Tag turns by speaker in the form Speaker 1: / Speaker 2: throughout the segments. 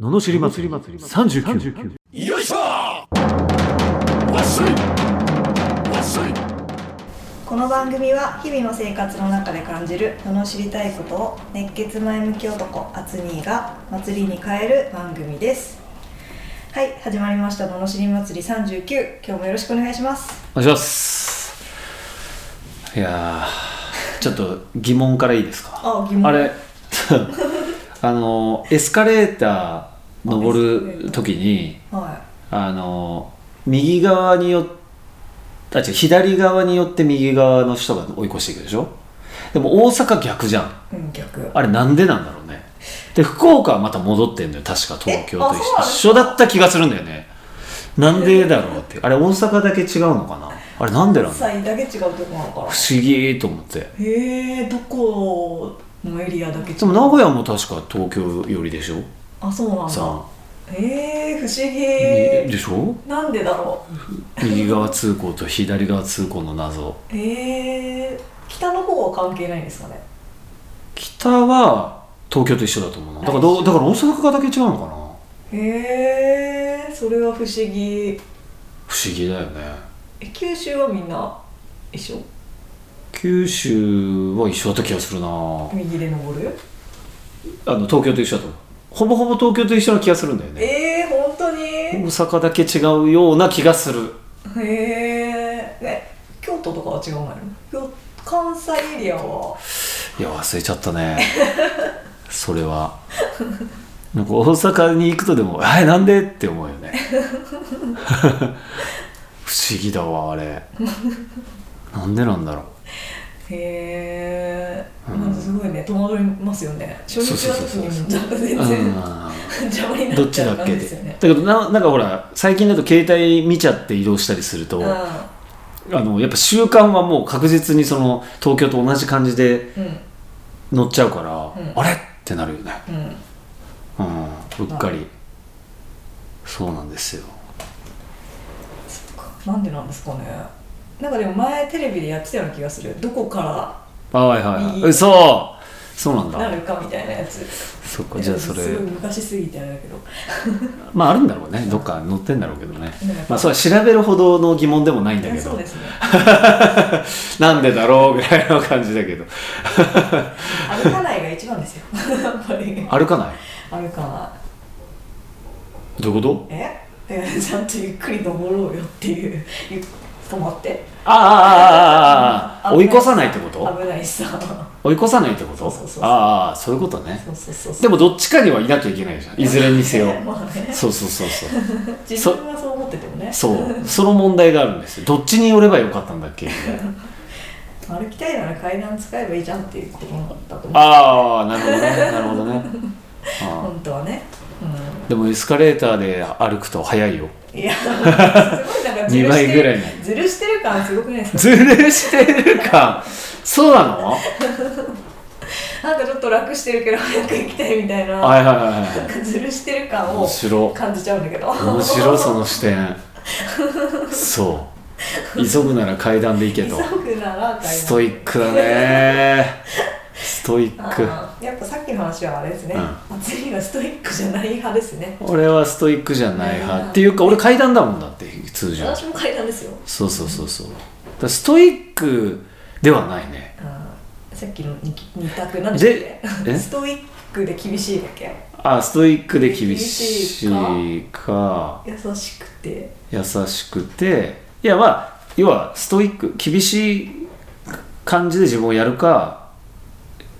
Speaker 1: ののしり祭り39
Speaker 2: よいしょわっしょいわっしょい
Speaker 3: この番組は日々の生活の中で感じる罵りたいことを熱血前向き男アツニーが祭りに変える番組ですはい始まりました罵り祭り39今日もよろしくお願いします
Speaker 4: お願いしますいやーちょっと疑問からいいですか
Speaker 3: あ疑問
Speaker 4: あれあのエスカレーター登る時に
Speaker 3: は
Speaker 4: あの右側によっあ違う左側によって右側の人が追い越していくでしょでも大阪逆じゃん
Speaker 3: いうん逆
Speaker 4: あれなんでなんだろうねで福岡はまた戻ってんのよ確か東京と一
Speaker 3: えあそうな
Speaker 4: 緒一
Speaker 3: の
Speaker 4: 緒だった気がするんだよねなんでだろうってあれ大阪だけ違うのかなあれなんでなんだろう
Speaker 3: サイだけ違うとこなのか
Speaker 4: 不思議と思って
Speaker 3: なへえどこのエリアだけ違う
Speaker 4: でも名古屋も確か東京寄りでしょ
Speaker 3: あそうなんだ
Speaker 4: さ
Speaker 3: へえ不
Speaker 4: あ、
Speaker 3: 思議
Speaker 4: でしょ
Speaker 3: なんでだろ
Speaker 4: 右側通行と左側通行の謎
Speaker 3: うへえ北の方は関係ないんですかね
Speaker 4: 北は東京と一緒だと思うなだからどうだから大阪だけ違うのかな
Speaker 3: へえそれは不思議
Speaker 4: 不思議だよね
Speaker 3: え九州はみんな一緒
Speaker 4: 九州は一緒だった気がするなあの
Speaker 3: 右で登る
Speaker 4: 東京と一緒だと思うほぼほぼ東京と一緒な気がするんだよね
Speaker 3: えー、本当に
Speaker 4: 大
Speaker 3: へ
Speaker 4: 阪だけ違うような気がする
Speaker 3: ええ京都とかは違うのよ関西エリアはい
Speaker 4: や忘れちゃったねそれはなんか大阪に行くとでも「えなんで?」って思うよね不思議だわあれなんでなんだろう
Speaker 3: へえ、
Speaker 4: うん
Speaker 3: なんかすごいね戸惑いますよね初日は特にもうなんか全然
Speaker 4: う
Speaker 3: 邪魔に
Speaker 4: ん
Speaker 3: な
Speaker 4: どっ
Speaker 3: っち
Speaker 4: ちだっ
Speaker 3: ゃう
Speaker 4: け
Speaker 3: 感
Speaker 4: っ
Speaker 3: じ
Speaker 4: て、
Speaker 3: ですよね
Speaker 4: だけどななんかほら最近だと携帯見ちゃって移動したりすると、
Speaker 3: うん
Speaker 4: あのやっぱ習慣はもう確実にその東京と同じ感じで
Speaker 3: うん
Speaker 4: 乗っちゃうから、
Speaker 3: うん
Speaker 4: あれってなるよね
Speaker 3: うん
Speaker 4: うんうっかりそうなんですよ
Speaker 3: なんでなんですかねなんかでも前テレビでやってたような気がするどこか
Speaker 4: あはいはいはい
Speaker 3: いい
Speaker 4: えそうそうなん
Speaker 3: らな
Speaker 4: だ
Speaker 3: るかみたいなやつ
Speaker 4: そっかじゃあそれ
Speaker 3: すごい昔すぎてあれだけど
Speaker 4: まああるんだろうねどっか載ってんだろうけどね
Speaker 3: うん
Speaker 4: まあそれは調べるほどの疑問でもないんだ
Speaker 3: い
Speaker 4: け
Speaker 3: やそう
Speaker 4: ど
Speaker 3: ですね
Speaker 4: なんでだろうぐらいの感じだけど
Speaker 3: 歩かないが一番ですよやっぱり
Speaker 4: 歩かない
Speaker 3: 歩か
Speaker 4: どういうこと
Speaker 3: ないええちゃんとゆっくり登ろうよっていうゆっ止まって
Speaker 4: ああああああああ
Speaker 3: 危
Speaker 4: 追い
Speaker 3: な
Speaker 4: 越さないってこと
Speaker 3: 危ないしさ
Speaker 4: 追い越さないってこと
Speaker 3: そうそうそう
Speaker 4: ああああそういうことね
Speaker 3: そうそうそうそう
Speaker 4: でもどっちかにはいなきゃいけないじゃんいずれにせよ
Speaker 3: まあね
Speaker 4: そうそうそうそう
Speaker 3: 自分はそう思っててもね
Speaker 4: そうその問題があるんですよどっちに寄ればよかったんだっけみたいな
Speaker 3: 歩きたいなら階段使えばいいじゃんっていうことだったと思う
Speaker 4: あ あなるほどねなるほどねあ
Speaker 3: 本当はね
Speaker 4: あでもエスカレーターで歩くと早いよ
Speaker 3: う んいやすごいなんかず
Speaker 4: 2
Speaker 3: るし
Speaker 4: 倍
Speaker 3: て
Speaker 4: ぐら
Speaker 3: る
Speaker 4: いに
Speaker 3: ずるしてる感すごくないですか
Speaker 4: ずるしてるかそうなのは
Speaker 3: なんかちょっと楽してるけど早く行きたいみたい
Speaker 4: い
Speaker 3: な
Speaker 4: はいはいは
Speaker 3: なんかずるしてる感
Speaker 4: い
Speaker 3: を
Speaker 4: 面白
Speaker 3: 感じちゃうんだけど
Speaker 4: 面白その視点そう急ぐなら階段で行け と
Speaker 3: 急ぐなら買い
Speaker 4: ストイックだねストイック
Speaker 3: あーやっぱさっきの話はあれですね、
Speaker 4: う
Speaker 3: 暑いはストイックじゃない派ですね
Speaker 4: 俺はストイックじゃない派っていうか俺階段だもんだって通常
Speaker 3: 私も階段ですよ、
Speaker 4: そうそうそうそうだからストイックではないね
Speaker 3: あーさっきの二二択なんでしたっけ
Speaker 4: え
Speaker 3: ストイックで厳しいだっけ
Speaker 4: あストイックで厳し
Speaker 3: 厳
Speaker 4: いか
Speaker 3: 優しくて
Speaker 4: 優しくていやまあ要はストイック厳しい感じで自分をやるか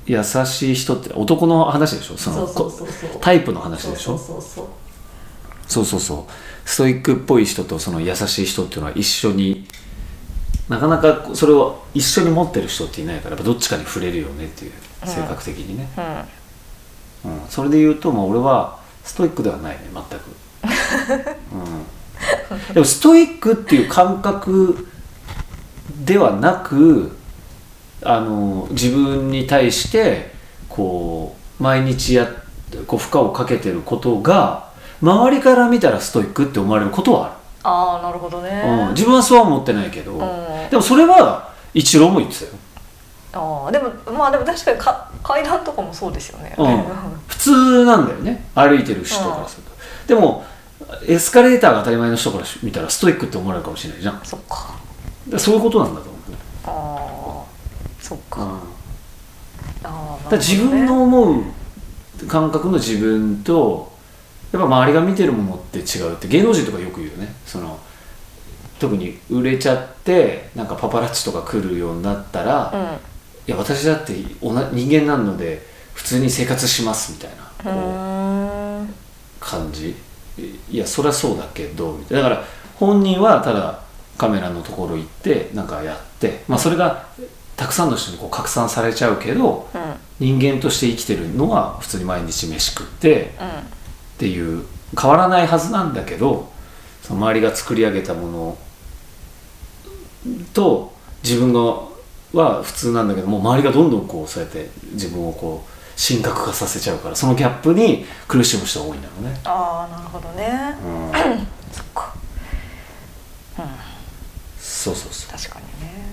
Speaker 4: 優しい人って男の話でしょそ
Speaker 3: そ
Speaker 4: の
Speaker 3: うそうそうそう
Speaker 4: こタイプの話
Speaker 3: そう
Speaker 4: でしょ
Speaker 3: そうそう
Speaker 4: そうそうそうストイックっぽい人とその優しい人っていうのは一緒になかなかそれを一緒に持ってる人っていないからやっぱどっちかに触れるよねっていう性格的にね、
Speaker 3: そう、
Speaker 4: うん、それで言うと、まあ、俺はストイックではないね全く、 うん、でもストイックっていう感覚ではなくあの自分に対してこう毎日やこう負荷をかけてることが周りから見たらストイックって思われることは
Speaker 3: ああなるほ
Speaker 4: あ
Speaker 3: ど
Speaker 4: る、うん、自分はそうは思ってないけど、でもそれは一郎も言ってたよ
Speaker 3: ああでもまあでも確かにか階段とかもそうですよね、
Speaker 4: うん普通なんだよね歩いてる人からするとでもエスカレーターが当たり前の人から見たらストイックって思われるかもしれないじゃんだか
Speaker 3: そっから
Speaker 4: そういうことなんだと思う、
Speaker 3: あーそっか、
Speaker 4: うん
Speaker 3: あー
Speaker 4: だから自分の思う感覚の自分とやっぱ周りが見てるものって違うって芸能人とかよく言うよねその特に売れちゃってなんかパパラッチとか来るようになったら、
Speaker 3: う
Speaker 4: い
Speaker 3: ん
Speaker 4: や私だっておな人間なので普通に生活しますみたいなこう
Speaker 3: うーん
Speaker 4: 感じいやそりゃそうだけどみたいなだから本人はただカメラのところ行ってなんかやって、まあ、それがたくさんの人にこう拡散されちゃうけど、
Speaker 3: うんうん
Speaker 4: 人間として生きてるのは普通に毎日飯食ってっていう変わらないはずなんだけどその周りが作り上げたものと自分がは普通なんだけどもう周りがどんどんこうそうやって自分をこう神格化させちゃうからそのギャップに苦しむ人が多いんだろうね。
Speaker 3: ああなるほどね
Speaker 4: うん、
Speaker 3: そっか
Speaker 4: そうそうそう
Speaker 3: 確かにね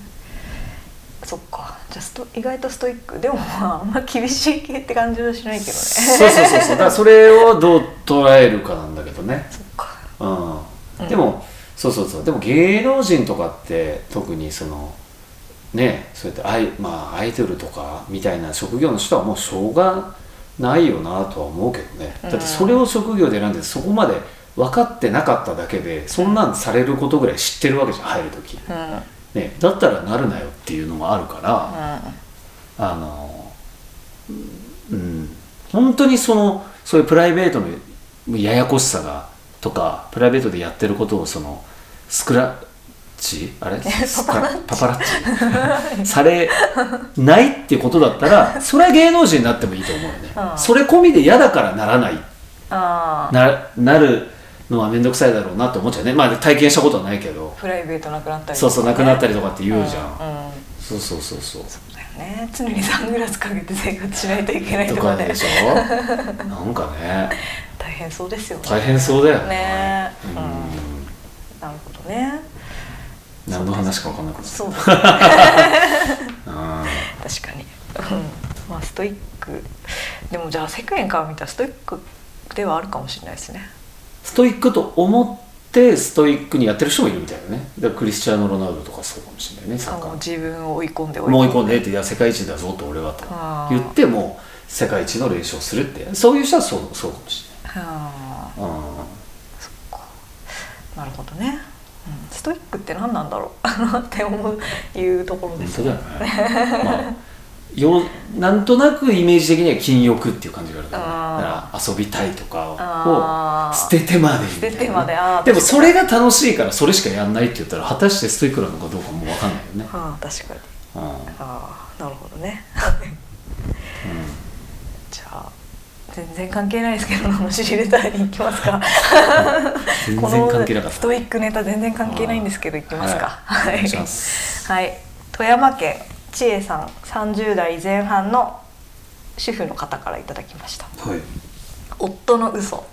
Speaker 3: そっかじゃあスト意外とストイックでもまああんま厳しい系って感じはしないけど ね
Speaker 4: そう そうそうそうだからそれをどう捉えるかなんだけどね
Speaker 3: そっか
Speaker 4: う、
Speaker 3: うんん
Speaker 4: でもそうそうそうでも芸能人とかって特にそのねそうやってアイ,、まあ、アイドルとかみたいな職業の人はもうしょうがないよなとは思うけどねだってそれを職業で選んでそこまで分かってなかっただけでそんなんされることぐらい知ってるわけじゃん入る時、
Speaker 3: うんうん
Speaker 4: ね、だったらなるなよっていうのもあるから、あのうん本当にそのそういうプライベートのややこしさがとかプライベートでやってることをそのスクラッチあれスクラパパラッチされないってことだったらそれは芸能人になってもいいと思うよね、
Speaker 3: うん
Speaker 4: それ込みで嫌だからならない
Speaker 3: ああ
Speaker 4: ななるのは面倒くさいだろうなって思っちゃうねまあ体験したことはないけど
Speaker 3: プライベートなくなったりとかね
Speaker 4: そうそうなくなったりとかって言うじゃん、
Speaker 3: うんうん
Speaker 4: そうそうそうそう
Speaker 3: そうだよね常にサングラスかけて生活しないといけない
Speaker 4: と
Speaker 3: とか
Speaker 4: か
Speaker 3: ね
Speaker 4: でしょなんかね
Speaker 3: 大変そうですよね
Speaker 4: 大変そうだよね
Speaker 3: ね
Speaker 4: う
Speaker 3: うんんなるほどね
Speaker 4: 何の話か分かんなくなった
Speaker 3: そうですね確
Speaker 4: うん
Speaker 3: かに、うん、まあストイックでもじゃあ世間から見たらストイックではあるかもしれないですね
Speaker 4: ストイックと思ってストイックにやってる人もいるみたいなねだからクリスチャーノ・ロナウドとかそうかもしれないねサ
Speaker 3: そ
Speaker 4: ッカ
Speaker 3: の
Speaker 4: ー
Speaker 3: 自分を追い込んで追い
Speaker 4: もう追い
Speaker 3: 込
Speaker 4: 込
Speaker 3: ん
Speaker 4: ん
Speaker 3: で
Speaker 4: でって「いや世界一だぞ」と俺はと
Speaker 3: あー
Speaker 4: 言ってもう世界一の練習をするってそういう人はそうそうかもし
Speaker 3: はあ
Speaker 4: れない、うん
Speaker 3: そっかなるほどね、うん、ストイックって何なんだろう って思ういうところで
Speaker 4: 本
Speaker 3: す
Speaker 4: 当だよね、まあ、よなんとなくイメージ的には禁欲っていう感じがあるから,、
Speaker 3: あー
Speaker 4: だから遊びたいとか
Speaker 3: あ
Speaker 4: を
Speaker 3: ー
Speaker 4: 捨ててまでみたいな
Speaker 3: 捨ててまであー
Speaker 4: でもそれが楽しいからそれしかやんないって言ったら果たしてストイックなのかどうかもう分かんないよね、
Speaker 3: はあ確かに
Speaker 4: うん
Speaker 3: ああなるほどねじゃあ全然関係ないですけどのしレターに行きますか
Speaker 4: 全然関係なか
Speaker 3: この
Speaker 4: っ
Speaker 3: ス
Speaker 4: た
Speaker 3: トイックネタ全然関係ないんですけど行きますか
Speaker 4: はいお願いします
Speaker 3: はい、富山県千恵さん30代前半の主婦の方からいただきました
Speaker 4: はい
Speaker 3: 夫の嘘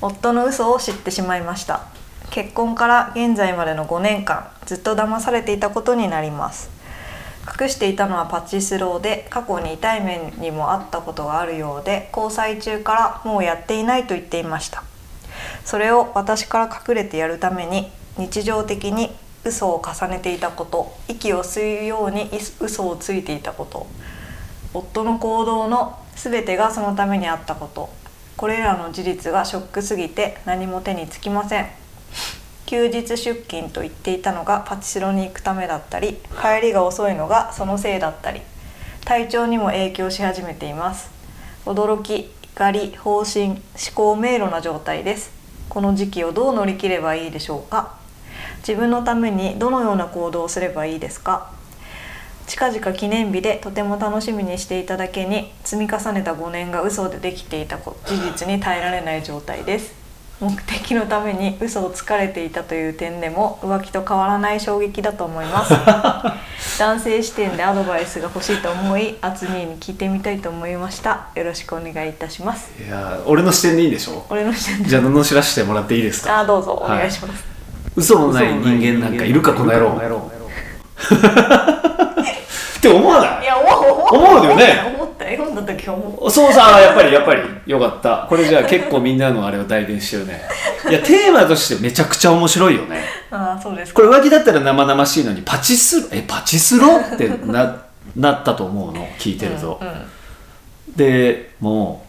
Speaker 3: 夫の嘘を知ってしまいました結婚から現在までの5年間ずっと騙されていたことになります隠していたのはパチスローで過去に痛い面にもあったことがあるようで交際中からもうやっていないと言っていましたそれを私から隠れてやるために日常的に嘘を重ねていたこと息を吸うように嘘をついていたこと夫の行動の全てがそのためにあったことこれらの事実がショックすぎて何も手につきません休日出勤と言っていたのがパチスロに行くためだったり帰りが遅いのがそのせいだったり体調にも影響し始めています驚き怒り方針思考迷路な状態ですこの時期をどう乗り切ればいいでしょうか自分のためにどのような行動をすればいいですか近々記念日でとても楽しみにしていただけに積み重ねた5年が嘘でできていたこ事実に耐えられない状態です目的のために嘘をつかれていたという点でも浮気と変わらない衝撃だと思います 男性視点でアドバイスが欲しいと思いアツニーに聞いてみたいと思いましたよろしくお願いいたします
Speaker 4: いやー俺の視点でいいんでしょ
Speaker 3: 俺の視点で
Speaker 4: じゃあ罵らせてもらっていいですか
Speaker 3: あーどうぞお願いし
Speaker 4: す、
Speaker 3: ます、
Speaker 4: はい嘘のない人間なんかいるかこの野郎って思わない
Speaker 3: いや思う思う
Speaker 4: 思うよね
Speaker 3: 思ったよ思ったの時思っ
Speaker 4: そうさあやっぱりやっぱりよかったこれじゃあ結構みんなのあれを代弁してるねいやテーマとしてめちゃくちゃ面白いよね
Speaker 3: たああそうですか
Speaker 4: これ浮気だったら生々しいのにパチスロえパチスロってななったと思うの聞いてると、
Speaker 3: う んうん
Speaker 4: でも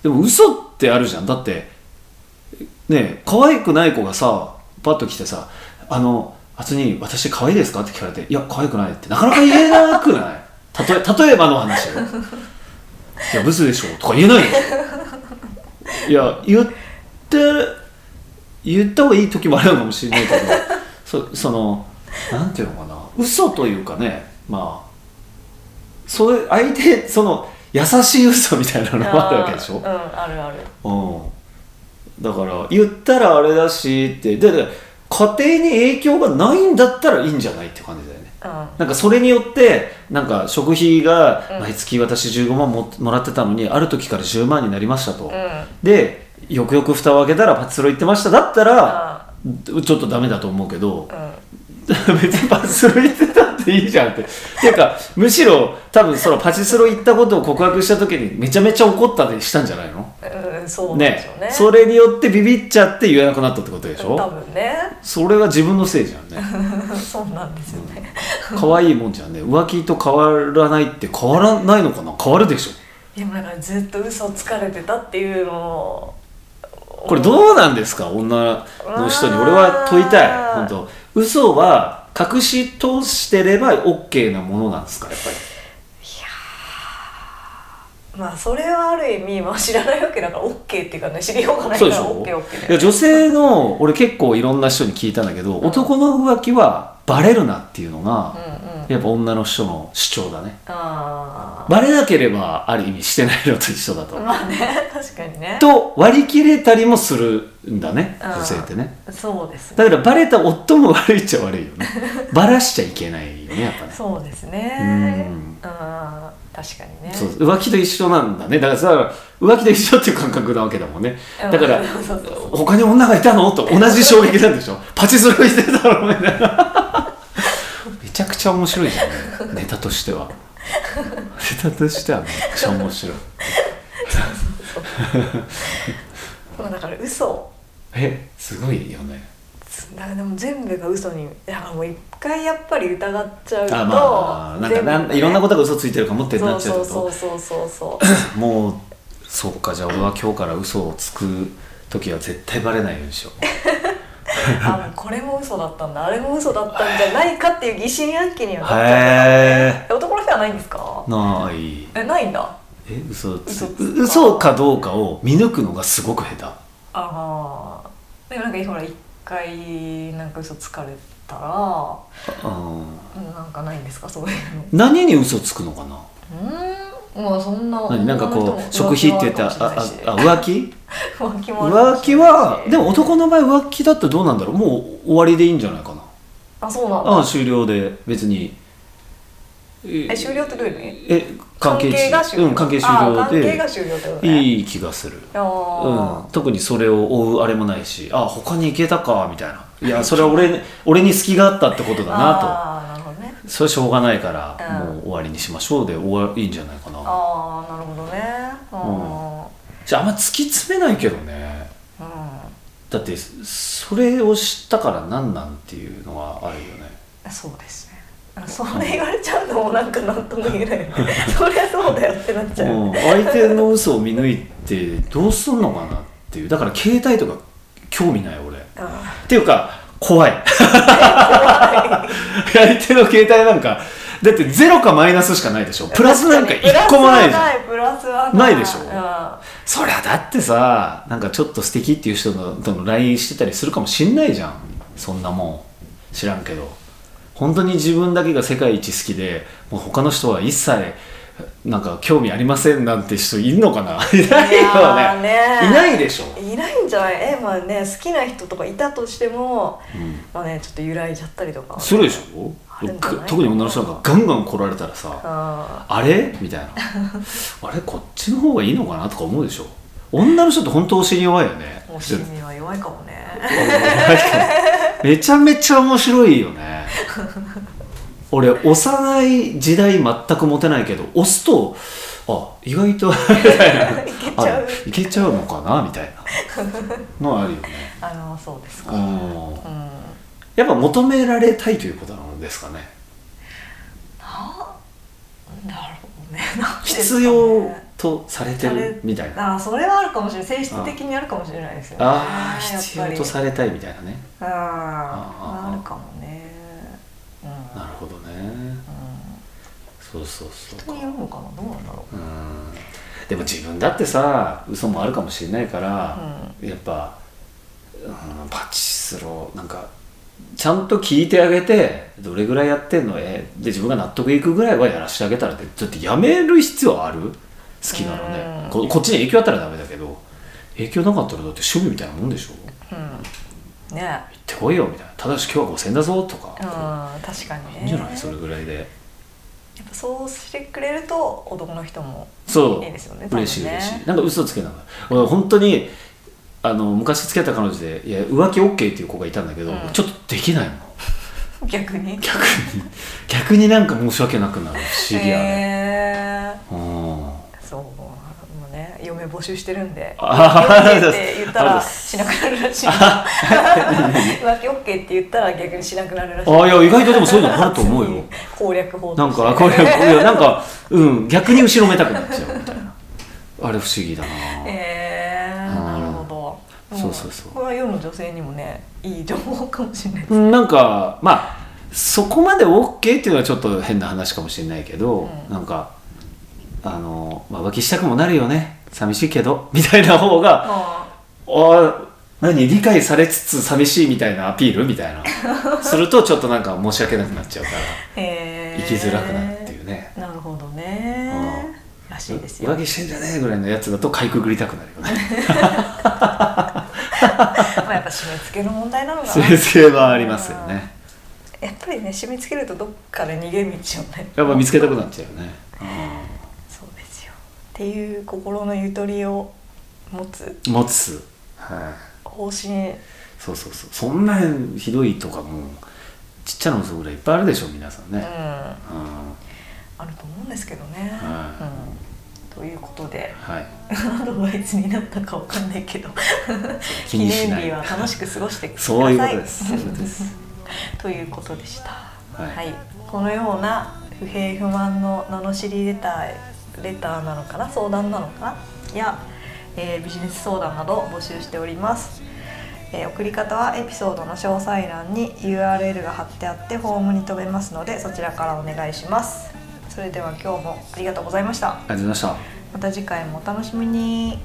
Speaker 4: うでも嘘ってあるじゃんだってねえ可愛くない子がさパッと来てさ「あのあつに私可愛いですか?」って聞かれて「いや可愛くない」ってなかなか言えなくない たとえ例えばの話 よ「いやブスでしょ」とか言えないよいや言って言った方がいい時もあるのかもしれないけど そそのなんていうのかな嘘というかねまあそういう相手その優しい嘘みたいなのもあるわけでしょ
Speaker 3: あーうんあるある
Speaker 4: うん、だから言ったらあれだしってでで家庭に影響がないんだったらいいんじゃないって感じだよね
Speaker 3: うん
Speaker 4: なんかそれによってなんか食費が
Speaker 3: うん
Speaker 4: 毎月私15万ももらってたのにある時から10万になりましたと、
Speaker 3: うん
Speaker 4: でよくよく蓋を開けたらパチスロ行ってましただったら
Speaker 3: あ
Speaker 4: ちょっとダメだと思うけど
Speaker 3: ーうん
Speaker 4: 別にパチスロ行ってたっていいじゃんってっていうかむしろ多分そのパチスロ行ったことを告白した時にめちゃめちゃ怒ったりしたんじゃないの
Speaker 3: うん、そうなんで
Speaker 4: ね
Speaker 3: しょうね。
Speaker 4: それによってビビっちゃって言えなくなったってことでし
Speaker 3: 多
Speaker 4: ょ
Speaker 3: 分ね。
Speaker 4: それは自分のせいじゃんね
Speaker 3: そうなんですよね。
Speaker 4: 可愛いもんじゃんね浮気と変わらないって変わらないのかな変わるでしょ
Speaker 3: でもだからずっと嘘をつかれてたっていうのを。
Speaker 4: これどうなんですか女の人に
Speaker 3: うわー
Speaker 4: 俺は問いたい本当嘘は隠し通してれば OK なものなんですかやっぱり
Speaker 3: まあそれはある意味、まあ、知らないわけだからオッケーっていうかね知りようがないか
Speaker 4: そうでし
Speaker 3: ら
Speaker 4: ょ
Speaker 3: オッケーオッケー
Speaker 4: いや女性の俺結構いろんな人に聞いたんだけど男の浮気はバレるなっていうの
Speaker 3: うん
Speaker 4: が
Speaker 3: うん。
Speaker 4: やっぱ女の人の主張だね
Speaker 3: あ
Speaker 4: バレなければある意味してないのと一緒だと
Speaker 3: あ。まあね確かにね。
Speaker 4: と割り切れたりもするんだね
Speaker 3: うん
Speaker 4: 女性ってね
Speaker 3: そうですね。
Speaker 4: だからバレた夫も悪いっちゃ悪いよ ねバラしちゃいけないよねやっぱね
Speaker 3: そうです
Speaker 4: う
Speaker 3: ね。
Speaker 4: ん
Speaker 3: ああ確かにね。
Speaker 4: そう浮気と一緒なんだねだからさ浮気と一緒っていう感覚なわけだもんね
Speaker 3: うん
Speaker 4: だから
Speaker 3: そうそうそう
Speaker 4: 他に女がいたのと同じ衝撃なんでしょパチスロしてたろみたいなめちゃくちゃ面白いじゃんねネタとして はネタとしてはめっちゃ面白い
Speaker 3: まあだから嘘。
Speaker 4: えすごいよね
Speaker 3: だからでも全部が嘘にだからもう一回やっぱり疑っちゃうと
Speaker 4: あまあなんかなん、いろんなことが嘘ついてるかもって
Speaker 3: そ
Speaker 4: な
Speaker 3: う
Speaker 4: っちゃう
Speaker 3: そう
Speaker 4: と
Speaker 3: そうそうそうそう
Speaker 4: もうそうかじゃあ俺は今日から嘘をつく時は絶対バレないようにしよう
Speaker 3: あもうこれも嘘だったんだあれも嘘だったんじゃないかっていう疑心暗鬼にはなっちゃ
Speaker 4: へ
Speaker 3: うえ男の人はないんですか
Speaker 4: えない
Speaker 3: えないんだ
Speaker 4: え嘘をつ
Speaker 3: 嘘つ
Speaker 4: 嘘
Speaker 3: く
Speaker 4: かどうかを見抜くのがすごく下
Speaker 3: ああでもなんかほら一回なんか嘘つかれたら
Speaker 4: 手うん
Speaker 3: うんなんかないんですかそういうの
Speaker 4: 何に嘘つくのかな
Speaker 3: うーんまあそんな
Speaker 4: 何なんかこう食費って言ったらああ
Speaker 3: あ
Speaker 4: あ浮気
Speaker 3: 浮気もあるかも
Speaker 4: 浮
Speaker 3: しれ
Speaker 4: 気
Speaker 3: ないし
Speaker 4: はでも男の場合浮気だったらどうなんだろうもう終わりでいいんじゃないかな
Speaker 3: あそうなんだ
Speaker 4: ああ終了で別にえ
Speaker 3: え終了ってどういう意味
Speaker 4: え関係値
Speaker 3: が終了
Speaker 4: うん関係終
Speaker 3: あー
Speaker 4: 了
Speaker 3: 関係が
Speaker 4: で
Speaker 3: 終了ってことねい
Speaker 4: いい気がする
Speaker 3: あ
Speaker 4: うん
Speaker 3: ー、
Speaker 4: 特にそれを追うあれもないしあ他に行けたかみたいないやそれは俺俺に隙があったってことだな
Speaker 3: あーなるほどね
Speaker 4: とそれはしょうがないから
Speaker 3: うん
Speaker 4: もう終わりにしましょうで終わいいんじゃないかな
Speaker 3: ああなるほどねあ
Speaker 4: じゃああんま突き詰めないけどね
Speaker 3: ーうん、
Speaker 4: だってそれを知ったから何なんっていうのはあるよね
Speaker 3: そうですねあそれ言われちゃうのもなんかなんとも言えないよ ねそりゃそうだよってなっちゃうよ
Speaker 4: うん
Speaker 3: ね
Speaker 4: 相手の嘘を見抜いてどうすんのかなっていうだから携帯とか興味ない俺っ
Speaker 3: あ
Speaker 4: ていうか怖い
Speaker 3: ー
Speaker 4: 相手の携帯なんかだってゼロかマイナスしかないでしょプラスなんか一個もないじゃん
Speaker 3: プラスはない
Speaker 4: ないでしょそりゃだってさなんかちょっと素敵っていう人のとの LINE してたりするかもしんないじゃんそんなもん知らんけど本当に自分だけが世界一好きでもう他の人は一切なんか興味ありませんなんて人いんのかないないよね
Speaker 3: いやーね
Speaker 4: いないでしょ、
Speaker 3: うんいないんじゃないえまあね好きな人とかいたとしても
Speaker 4: うん、
Speaker 3: まあねちょっと揺らいちゃったりとか
Speaker 4: するでしょ
Speaker 3: あるんじゃない
Speaker 4: く特に女の人なんかガンガン来られたらさ
Speaker 3: あ
Speaker 4: あれみたい なあれこっちの方がいいのかなとか思うでしょ女の人って本当お尻弱いよね
Speaker 3: ーお尻には弱いかもね
Speaker 4: めちゃめちゃ面白いよね俺幼い時代全くモテないけど押すとあ意外 とみたいな
Speaker 3: いけちゃ
Speaker 4: あ
Speaker 3: う
Speaker 4: いけちゃうのかなみたいなのあるよね
Speaker 3: あのそうですか、 うん、
Speaker 4: うんやっぱ求められたいということなんですかね
Speaker 3: なんだろうねなんですかね
Speaker 4: 必要とされてるみたいな
Speaker 3: あーそれはあるかもしれない性質的にあるかもしれないですよね
Speaker 4: ああ
Speaker 3: やっ
Speaker 4: 必
Speaker 3: ぱり
Speaker 4: 要とされたいみたいなね
Speaker 3: あー
Speaker 4: あー
Speaker 3: ああるかもねうん
Speaker 4: なるほどね
Speaker 3: う
Speaker 4: そうそうそうん
Speaker 3: 人によるのかなどうなんだろう
Speaker 4: うんでも自分だってさ嘘もあるかもしれないから、やっぱ、うん、パチスローなんかちゃんと聞いてあげてどれぐらいやってんのえで自分が納得いくぐらいはやらしてあげたらってちょっとやめる必要ある好きなのね
Speaker 3: うん
Speaker 4: ここっちに影響あったらダメだけど影響なかったらだって趣味みたいなもんでしょ行
Speaker 3: うんね
Speaker 4: ってこいよみたいなただし今日は5000だぞとか、
Speaker 3: うん確か
Speaker 4: い
Speaker 3: にね
Speaker 4: いんじゃないそれぐらいで
Speaker 3: やっぱそうしてくれると男の人も
Speaker 4: そう
Speaker 3: いいですよね
Speaker 4: 嬉しい
Speaker 3: 多分ね
Speaker 4: 嬉しいなんか嘘つけながら俺本当にあの昔付き合った彼女でいや浮気 OK っていう子がいたんだけど、
Speaker 3: うん
Speaker 4: ちょっとできないもん
Speaker 3: 逆
Speaker 4: 逆
Speaker 3: に
Speaker 4: に逆になんか申し訳なくなる不思議あれ、
Speaker 3: へ
Speaker 4: うん
Speaker 3: ーそうもうね嫁募集してるんで
Speaker 4: あー
Speaker 3: OK って言った
Speaker 4: あ
Speaker 3: ら
Speaker 4: そうで
Speaker 3: しなくなる らしい浮気 OK って言ったら逆にしなくなるらしい
Speaker 4: あいや意外とでもそういうのあると思うよ
Speaker 3: 攻略法
Speaker 4: な
Speaker 3: と
Speaker 4: ん
Speaker 3: して
Speaker 4: かこれいやなんかうん逆に後ろめたくなっちゃうみたいなあれ不思議だな、
Speaker 3: えー、
Speaker 4: うん
Speaker 3: なるほど
Speaker 4: そうそうそう
Speaker 3: これは世の女性にもねいい情報かもし れないです、
Speaker 4: うんなんかまあそこまで OK っていうのはちょっと変な話かもしれないけど、
Speaker 3: うん
Speaker 4: なんかあの、まあ、浮気したくもなるよね寂しいけどみたいな方が
Speaker 3: あ
Speaker 4: あ何理解されつつ寂しいみたいなアピールみたい なするとちょっとなんか申し訳なくなっちゃうから
Speaker 3: ーえー、
Speaker 4: 生きづらくなるっていうね、
Speaker 3: なるほどねらしいですよ
Speaker 4: 浮気してんじゃねえぐらいのやつだとかいくぐりたくなるよ ね
Speaker 3: まあやっぱ締め付けの問題なのか
Speaker 4: そう
Speaker 3: な
Speaker 4: いう系はありますよね
Speaker 3: やっぱりね締め付けるとどっかで逃げ道をね
Speaker 4: やっぱ見つけたくなっちゃうよね、
Speaker 3: そうですよっていう心のゆとりを持つ
Speaker 4: うん、持つはい
Speaker 3: 方針
Speaker 4: そうそうそうそんなひどいとかもうちっちゃな嘘ぐらいいっぱいあるでしょ皆さん
Speaker 3: う
Speaker 4: ね
Speaker 3: ん、あ
Speaker 4: うん、
Speaker 3: ると思うんですけどね、
Speaker 4: は
Speaker 3: うん、ということで
Speaker 4: はい
Speaker 3: アドバイスになったかわかんないけど
Speaker 4: 気
Speaker 3: 記
Speaker 4: にし
Speaker 3: 念
Speaker 4: ない
Speaker 3: 日は楽しく過ごしてください
Speaker 4: そういうことですそういうことで
Speaker 3: ということでした、は
Speaker 4: はいい
Speaker 3: このような不平不満の罵りレターレターなのかな相談なのかなや、えービジネス相談などを募集しております、えー送り方はエピソードの詳細欄に URL が貼ってあってフォームに飛べますのでそちらからお願いしますそれでは今日もありがとうございました
Speaker 4: ありがとうございました
Speaker 3: また次回もお楽しみに